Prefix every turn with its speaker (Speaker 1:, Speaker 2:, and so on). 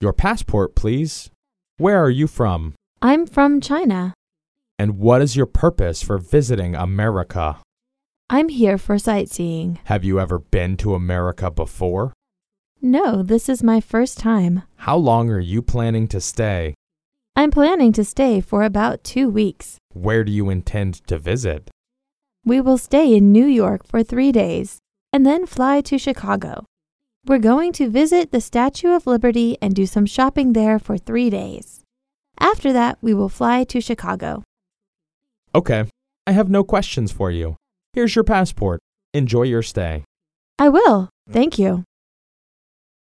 Speaker 1: Your passport, please. Where are you from?
Speaker 2: I'm from China.
Speaker 1: And what is your purpose for visiting America?
Speaker 2: I'm here for sightseeing.
Speaker 1: Have you ever been to America before?
Speaker 2: No, this is my first time.
Speaker 1: How long are you planning to stay?
Speaker 2: I'm planning to stay for about two weeks.
Speaker 1: Where do you intend to visit?
Speaker 2: We will stay in New York for three days and then fly to Chicago. We're going to visit the Statue of Liberty and do some shopping there for three days. After that, we will fly to Chicago.
Speaker 1: Okay, I have no questions for you. Here's your passport. Enjoy your stay.
Speaker 2: I will. Thank you.